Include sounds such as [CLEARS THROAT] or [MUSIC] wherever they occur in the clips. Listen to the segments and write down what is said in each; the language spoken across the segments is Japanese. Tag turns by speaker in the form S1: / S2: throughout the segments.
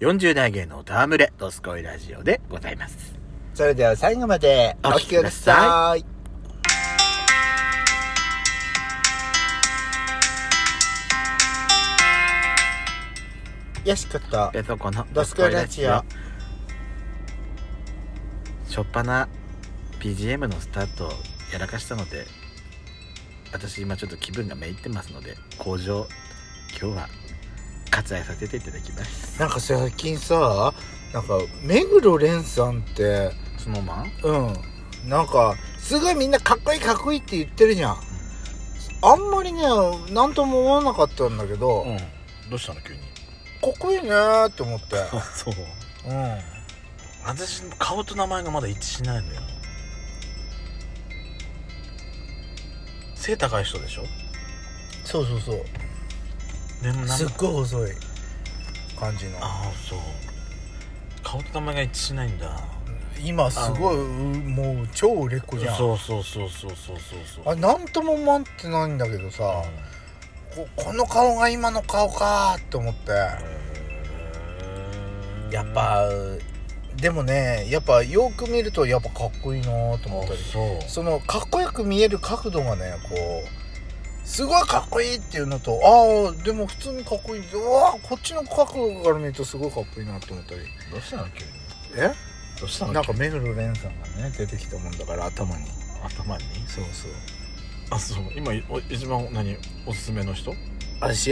S1: 40代芸能戯れ、ドスコイラジオでございます。
S2: それでは最後までお
S1: お
S2: 聞
S1: 聞
S2: き
S1: き
S2: く
S1: く
S2: だ
S1: だ
S2: さ
S1: さ
S2: い。よしこと、
S1: で、そこの
S2: ドスコイラジオ。
S1: しょっぱな BGM のスタートをやらかしたので、私今ちょっと気分がめいってますので、工場、今日は割愛させていただきます。
S2: なんか最近さ、なんか目黒蓮さんって、
S1: スノーマン、
S2: うん、なんかすごいみんなかっこいいかっこいいって言ってるじゃん。あんまりね、なんとも思わなかったんだけど、
S1: ん。どうしたの急に。
S2: かっこいいねーって思って。
S1: そう。
S2: うん。
S1: 私の顔と名前がまだ一致しないのよ。背高い人でしょ
S2: そうそうそう。
S1: でも
S2: すっごい細い感じの
S1: ああそう顔と名前が一致しないんだ
S2: 今すごいうもう超売れっ子じゃん
S1: そうそうそうそうそうそう
S2: あなんとも思ってないんだけどさ、ここの顔が今の顔かーって思って、やっぱでもねやっぱよく見るとやっぱかっこいいなーと思ったり
S1: そう
S2: そのかっこよく見える角度がねこうすごいかっこいいっていうのとああでも普通にかっこいいうわーこっちの角度から見るとすごいかっこいいなって思ったり
S1: どうしたの急に
S2: え
S1: どうしたの
S2: なんか目黒蓮さんがね出てきたもんだから頭に
S1: 頭に
S2: そうそう
S1: あそう今お一番何おすすめの人、
S2: 私い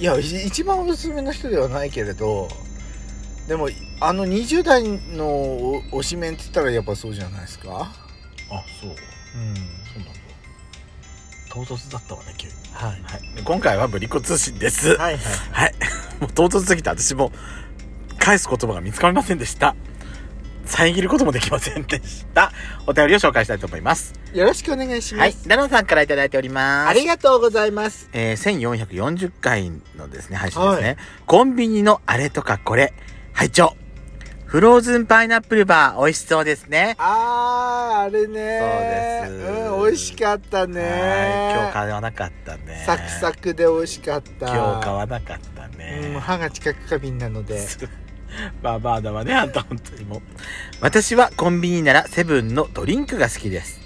S2: やい一番おすすめの人ではないけれどでもあの20代のお推しメンって言ったらやっぱそうじゃないですか
S1: あそう
S2: うん
S1: そうなんだ唐突だったわね急に
S2: はい
S1: はい今回はぶりこ通信です
S2: はいはい
S1: はい。 [LAUGHS] もう唐突すぎて私も返す言葉が見つかりませんでした。遮ることもできませんでした。お便りを紹介したいと思います。
S2: [LAUGHS] よろしくお願いし
S1: は
S2: ま
S1: い
S2: す、。
S1: ダナさんからいただいております。
S2: ありがとうございます
S1: えー、1440回のですね、配信ですね。コンビニのあれとかこれ、拝聴フローズンパイナップルバー、美味しそうですね。
S2: あーあれね
S1: そうです
S2: うん、美味しかったね
S1: はい今日買わなかったね。
S2: サクサクで美味しかった
S1: 今日買わなかったね。
S2: うん、歯が近く過敏な
S1: [LAUGHS]
S2: ので
S1: ババアだわねあんた本当にもう私はコンビニならセブンのドリンクが好きです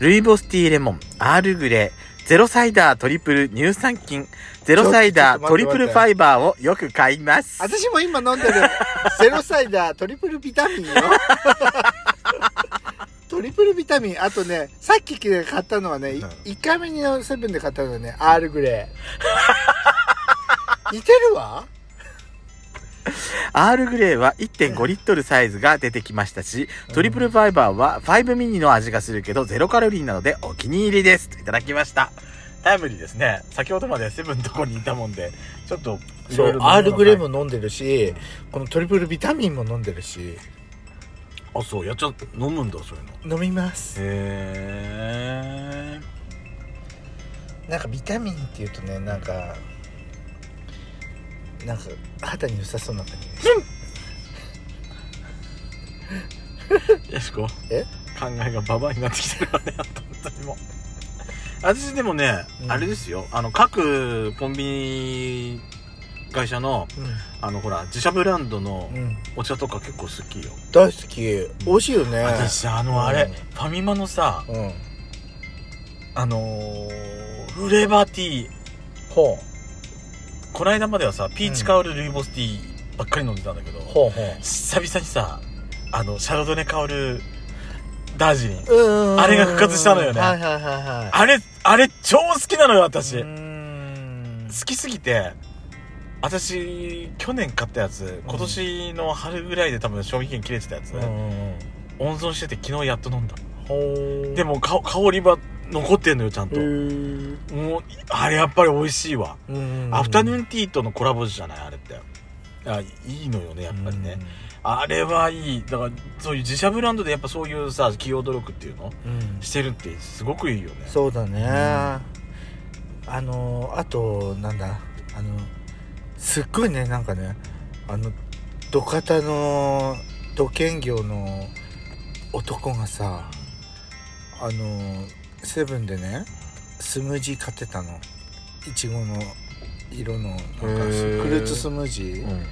S1: ルイボスティーレモンアールグレーゼロサイダートリプル乳酸菌ゼロサイ
S2: ちょ
S1: ダ
S2: っ
S1: ー
S2: と
S1: ト
S2: 待
S1: リ
S2: って
S1: プルファイバーをよく買います
S2: 私も今 [LAUGHS] 飲んでるゼロサイダートリプルビタミンよ [LAUGHS] トリプルビタミンあとねさっき買ったのはね、い
S1: うん
S2: 一1回目のセブンで買ったのはねアールグレー [LAUGHS] 似てるわ
S1: アールグレーは1.5リットルサイズが出てきましたしトリプルファイバーは5ミニの味がするけどゼロカロリーなのでお気に入りですいただきましたタイムリーですね先ほどまでセブンのとこにいたもんでちょっといろいろ飲み物
S2: アールグレ
S1: 買い
S2: ーも飲んでるしこのトリプルビタミンも飲んでるし
S1: あそうやっちゃ飲むんだそういうの
S2: 飲みます
S1: へえ
S2: なんかビタミンっていうとねなんかなんか肌に良さそうな感じ
S1: よ
S2: です
S1: しこ
S2: え
S1: 考えがババアになってきてるからねあんた本当にもう私でもね、
S2: うん
S1: あれですよあの各コンビニ会社のあのほら自社ブランドの
S2: うん、うん、
S1: お茶とか結構好きよ、
S2: 大好き美味しいよね
S1: 私あのあれ、
S2: うん
S1: ファミマのさ
S2: うん
S1: あのーフレーバーティー
S2: ほ
S1: この間まではさピーチ香るルイボスティーばっかり飲んでたんだけど、
S2: うほうほう
S1: 久々にさあのシャロドネ香るダージリン
S2: うん
S1: あれが復活したのよね
S2: はいはいはいはい
S1: あれ、あれ超好きなのよ、私。好
S2: うん
S1: きすぎて、私、去年買ったやつ、今年の春ぐらいで多分賞味期限切れてたやつ、
S2: うん
S1: 温存してて昨日やっと飲んだ。
S2: ほう
S1: でもか、香りは残ってんのよ、ちゃんと。
S2: うん
S1: もう、あれやっぱり美味しいわ。アフタヌー
S2: ン
S1: ンティーとのコラボじゃない、あれって。あいいのよね、やっぱりね。あれはいい。だから、そういう自社ブランドでやっぱそういうさ、企業努力っていうの
S2: うん
S1: してるってすごくいいよね。
S2: そうだねあのあとなんだあのすっごいねなんかねあの土方の土建業の男がさあのセブンでねスムージー買ってたのいちごの色のなんか
S1: へー
S2: フルーツスムージー、
S1: ん。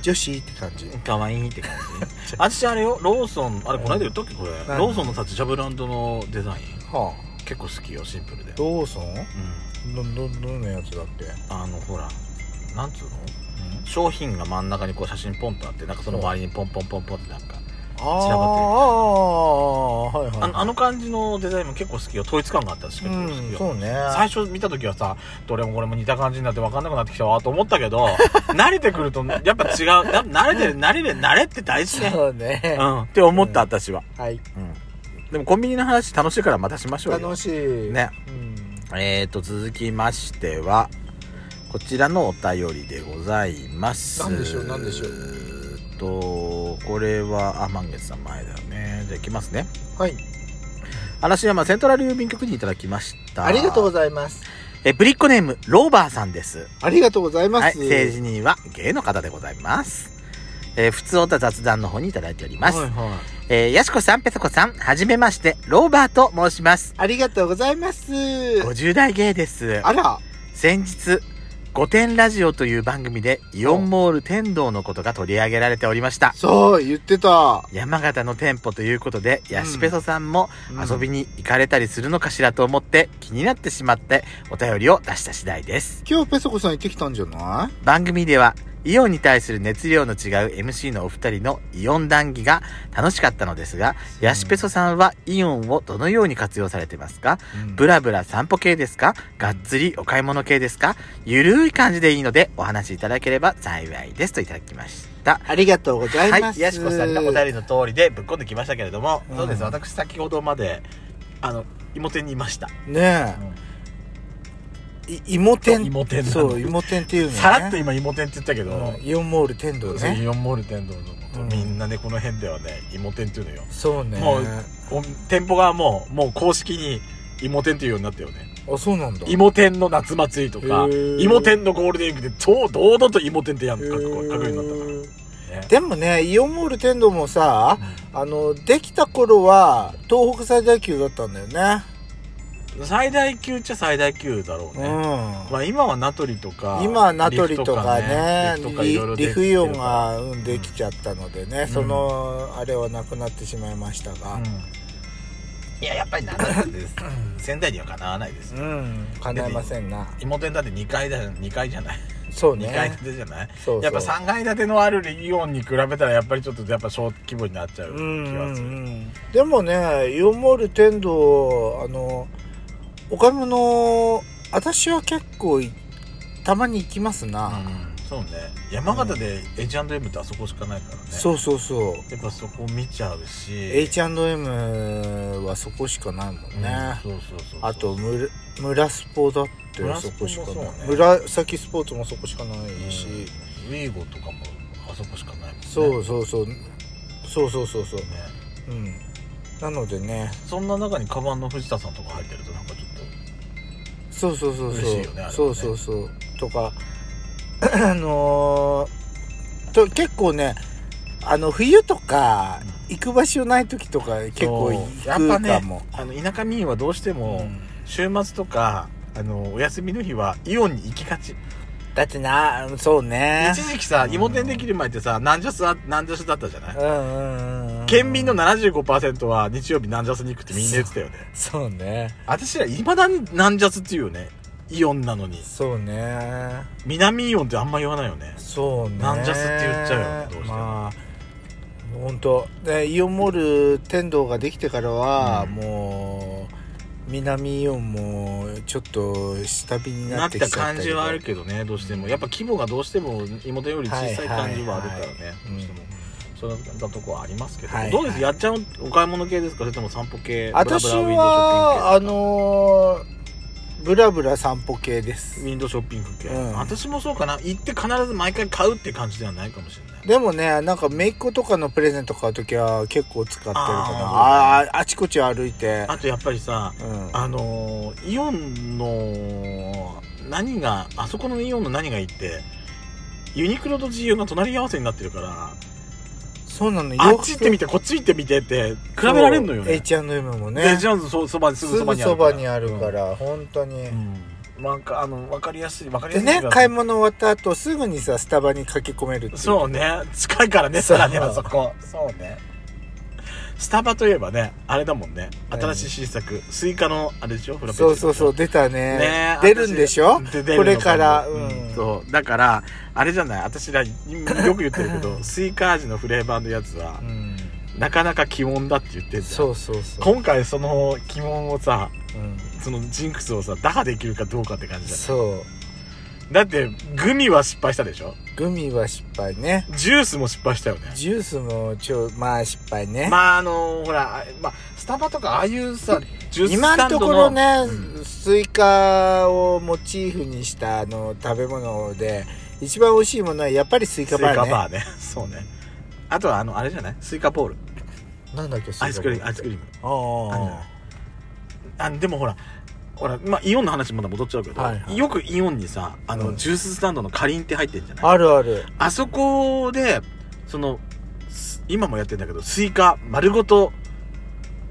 S2: 女子って感じ
S1: 可愛いって感
S2: [LAUGHS]
S1: じ私あれよローソンあれこの間言ったっけこれ
S2: 何
S1: ローソンのさ自社ブランドのデザイン
S2: は
S1: 結構好きよシンプルで
S2: あローソン
S1: うん
S2: どどどんなやつだっけ、
S1: あのほらなんつうの商品が真ん中にこう写真ポンとあってなんかその周りにポンポンポンポンってなんか
S2: あー
S1: 散ら
S2: あーはいはい
S1: あのあの感じのデザインも結構好きよ統一感があったし結構好
S2: う
S1: き
S2: ん
S1: よ、
S2: そうね
S1: 最初見た時はさどれもこれも似た感じになって分かんなくなってきたわと思ったけど [LAUGHS] 慣れてくるとやっぱ違うやっぱ慣れてる慣れれ慣れって大事ね
S2: そうね
S1: う、んって思った私は、
S2: はい
S1: うん、でもコンビニの話楽しいからまたしましょうよ
S2: 楽しい
S1: ね
S2: うん
S1: えーと続きましてはこちらのお便りでございます
S2: 何でしょう何でしょう
S1: えーとこれはあ満月さん前だよねじゃあいきますね
S2: はい
S1: 嵐山セントラル郵便局にいただきました
S2: ありがとうご
S1: ざい
S2: ざいます
S1: ますえぶりっ子ネームローバーさんです
S2: ありがとうございます、
S1: はい、政治人は芸の方でございます。えー、普通おた雑談の方にいただいております。
S2: はいはい
S1: えー、やしこさん、ペソコさん、はじめまして、ローバーと申します。
S2: ありがとうございます
S1: 50代芸です。
S2: あら
S1: 先日、御殿ラジオという番組で、イオンモール天童のことが取り上げられておりました。
S2: そう言ってた
S1: 山形の店舗ということで、やしペソさんも
S2: うん
S1: 遊びに行かれたりするのかしらと思って、気になってしまって、お便りを出した次第です。
S2: 今日ペソコさん行ってきたんじゃな
S1: 番組ではイオンに対する熱量の違う MC のお二人のイオン談義が楽しかったのですが、ヤシペソさんはイオンをどのように活用されてますか
S2: い、
S1: ブラブラ散歩系ですかがっつりお買い物系ですかゆるい感じでいいのでお話しいただければ幸いですといただきました。
S2: ありがとうございます、
S1: ヤシコさんがお便りの通りでぶっ込んできましたけれども、
S2: うん
S1: そうです。私先ほどまで、あの、芋店にいました。
S2: ねえ、い芋
S1: そう
S2: 店
S1: 芋店なの
S2: そう芋店っていうのね
S1: さらっと今芋店って言ったけど、
S2: うんイオンモール天童
S1: そう
S2: ね
S1: イオンモール天童のこと、
S2: うん
S1: みんなねこの辺ではね芋店っていうのよ
S2: そうね
S1: もうお店舗側ももう公式に芋店っていうようになったよね
S2: あそうなんだ
S1: 芋店の夏祭りとか
S2: へー
S1: 芋店のゴールデンウィークで超堂々と芋店ってやん
S2: へ
S1: 書
S2: ー
S1: く書くようになったからね
S2: でもねイオンモール天童もさあのできた頃は東北最大級だったんだよね
S1: うん最大級っちゃ最大級だろう
S2: う
S1: ね、
S2: ん
S1: まあ、今はナトリとか
S2: 今は名取とかね
S1: リ
S2: リ
S1: フとかいろいろ
S2: リ
S1: 出て
S2: フ
S1: る
S2: イオンが、うん、できちゃったのでね、
S1: ん
S2: そのあれはなくなってしまいましたが
S1: いややっぱりナトリ
S2: [LAUGHS]
S1: です仙台にはかなわないです
S2: うん、叶えませんな
S1: 芋店だって2階だ2階じゃない
S2: そう
S1: 2階
S2: ね
S1: 建てじゃない
S2: そうそう
S1: やっぱ3階建てのあるイオンに比べたらやっぱりちょっとやっぱ小規模になっちゃう
S2: う
S1: 気
S2: んう
S1: が
S2: ん
S1: す
S2: う
S1: る、
S2: んでもねイオンモール天童あのお買い物私は結構いたまに行きますな、
S1: そうね山形で H&M ってあそこしかないからね、
S2: そうそうそう
S1: やっぱそこ見ちゃうし
S2: H&M はそこしかないもんね、
S1: うんそうそうそうそう
S2: あとむ村スポだって
S1: 村スポ
S2: そ
S1: も
S2: こしかない、
S1: そうね
S2: 紫スポーツもそこしかな
S1: うん
S2: いし、
S1: ウィーゴとかもあそこしかないもんね
S2: そうそうそうそうそうそうそう
S1: ね
S2: うんなのでね
S1: そんな中にカバンの藤田さんとか入ってるとなんかちょっと
S2: そうそうそうそう、
S1: 嬉しいよねあれはね
S2: そうそうそうとか [CLEARS THROAT] あのーと結構ねあの冬とか行く場所ない時とか結構行
S1: そう
S2: く
S1: や
S2: か
S1: っぱね
S2: も、
S1: あの田舎民はどうしても、
S2: うん
S1: 週末とかあのお休みの日はイオンに行きがち
S2: だってなそうね
S1: 一時期さ
S2: うん
S1: 芋店できる前ってさ南ジャスは南ジャスだったじゃない、
S2: うんうんうんうん
S1: 県民の75%は日曜日南ジャスに行くってみんな言ってたよね
S2: そうね
S1: 私らいまだに南ジャスっていうよねイオンなのに
S2: そうね
S1: 南イオンってあんま言わないよね
S2: そうね
S1: なんじゃすって言っちゃうよねどうしても
S2: まあ本当でイオンモール天童ができてからは、
S1: うん
S2: もう南イオンもちょっと下火にな
S1: な
S2: っ
S1: ってて
S2: きちゃ
S1: た
S2: った
S1: 感じはあるけどねどうしてもやっぱ規模がどうしても芋店より小さい感じはあるからね、
S2: はいはいはい
S1: どうしてもそういったとこはありますけど、
S2: はいはい
S1: どうですやっちゃんお買い物系ですかそれとも散歩系ブ
S2: 私
S1: ラブラ
S2: はあのーブラブラ散歩系です
S1: ウィンドウショッピング系、
S2: うん
S1: 私もそうかな行って必ず毎回買うって感じではないかもしれない
S2: でもねなんか姪っ子とかのプレゼント買う時は結構使ってるかな
S1: あ
S2: あーあちこち歩いて
S1: あとやっぱりさ
S2: うん
S1: あのーイオンの何があそこのイオンの何がいいってユニクロと GU の隣り合わせになってるから
S2: そうなの
S1: あっち行ってみてこっち行ってみてって比べられるのよ
S2: そう
S1: ね
S2: H&M もね
S1: でジャンズそそばにす
S2: す
S1: ぐそば
S2: ぐ
S1: にある
S2: そばにある
S1: ら
S2: から、本当に、
S1: うんなんかあの分かりやすい分かりや
S2: です
S1: いけ
S2: ね
S1: ど
S2: 買い物終わった後すぐにさスタバに駆け込めるっていう
S1: そうね近いからね
S2: そう
S1: さらにあそこそうねスタバといえばねあれだもんね
S2: 何
S1: 新しい新作スイカのあれでしょフラペチー
S2: そ
S1: ノ
S2: うそうそう
S1: でし
S2: 出た
S1: ょ
S2: ね
S1: ね
S2: 出るんでしょ
S1: 私で出るの
S2: これから
S1: う
S2: うん
S1: ん、そうだからあれじゃない私らよく言ってるけどスイカ味のフレーバーのやつは
S2: うん
S1: なかなか鬼門だって言ってんじゃん
S2: そうそうそう、
S1: 今回その鬼門をさ
S2: うん
S1: そのジンクスをさ打破できるかどうかって感じだよ
S2: そう
S1: だってグミは失敗したでしょ
S2: グミは失敗ね
S1: ジュースも失敗したよね
S2: ジュースもちょまあ失敗ね、
S1: まああのほら、あまあ、スタバとかああいうさジュースス
S2: 今
S1: タ
S2: の
S1: ンドの
S2: ところね、
S1: う
S2: スイカをモチーフにしたあの食べ物で一番美味しいものはやっぱりスイ
S1: スイカ
S2: カ
S1: バ
S2: バー
S1: ー
S2: ね
S1: ねそうねあとはあのあれじゃないスイカボール
S2: なんだっけスイカ
S1: アイスクリームアイスクリーム
S2: ああ
S1: あるじゃないあでもほらほら、まあ、イオンの話まだ戻っちゃうけど、
S2: はいはい
S1: よくイオンにさあの、
S2: うん
S1: ジューススタンドのかりんって入ってんじゃない
S2: あるある
S1: あそこでそのす今もやってんだけどスイカ丸ごと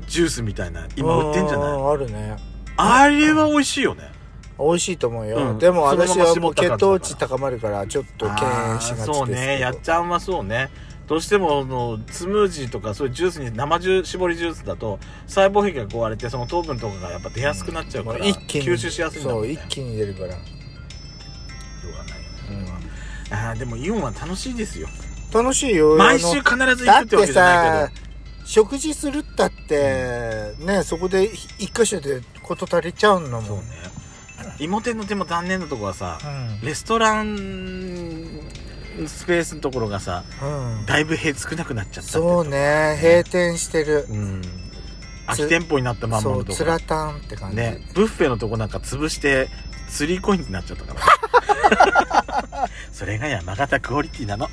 S1: ジュースみたいな今売ってんじゃない
S2: ああるね
S1: あれは美味しいよね
S2: 美味しいと思うよ、
S1: うん
S2: でも私は
S1: その
S2: も
S1: ま
S2: う
S1: ま絞った感じだ
S2: 血
S1: から
S2: 糖値高まるからちょっと敬遠しがちですけ
S1: あー
S2: ど
S1: そうねやっちゃんはそうねどうしてもあのスムージーとかそういうジュースに生ジュ絞りジュースだと細胞壁が壊れてその糖分とかがやっぱ出やすくなっちゃうから、
S2: も一気に
S1: 吸収しやすいんだもんね
S2: そう一気に出るか
S1: し
S2: ら、
S1: ょうがないよね
S2: う
S1: あーでもイオンは楽しいですよ
S2: ん、楽しいよ
S1: 毎週
S2: あの
S1: 必ず行
S2: だ
S1: く
S2: っ
S1: ってわ
S2: て
S1: けじゃない
S2: さ
S1: け
S2: 食事するったって、ねそこで一一箇所で事足りちゃうんだ
S1: どそ
S2: も
S1: うんね芋店のでも残念なとこはさ
S2: う
S1: レストランスペースのところがさ
S2: ん、うん、
S1: だいぶへ少なくなっちゃったっていう
S2: そうね閉店してる、
S1: うん空き店舗になったまんま
S2: そ
S1: の
S2: う
S1: と
S2: つ
S1: こ
S2: らたんって感じ、
S1: ねブッフェのとこなんか潰して
S2: [LAUGHS]
S1: スリーコインになっちゃったからそれが山形クオリティなの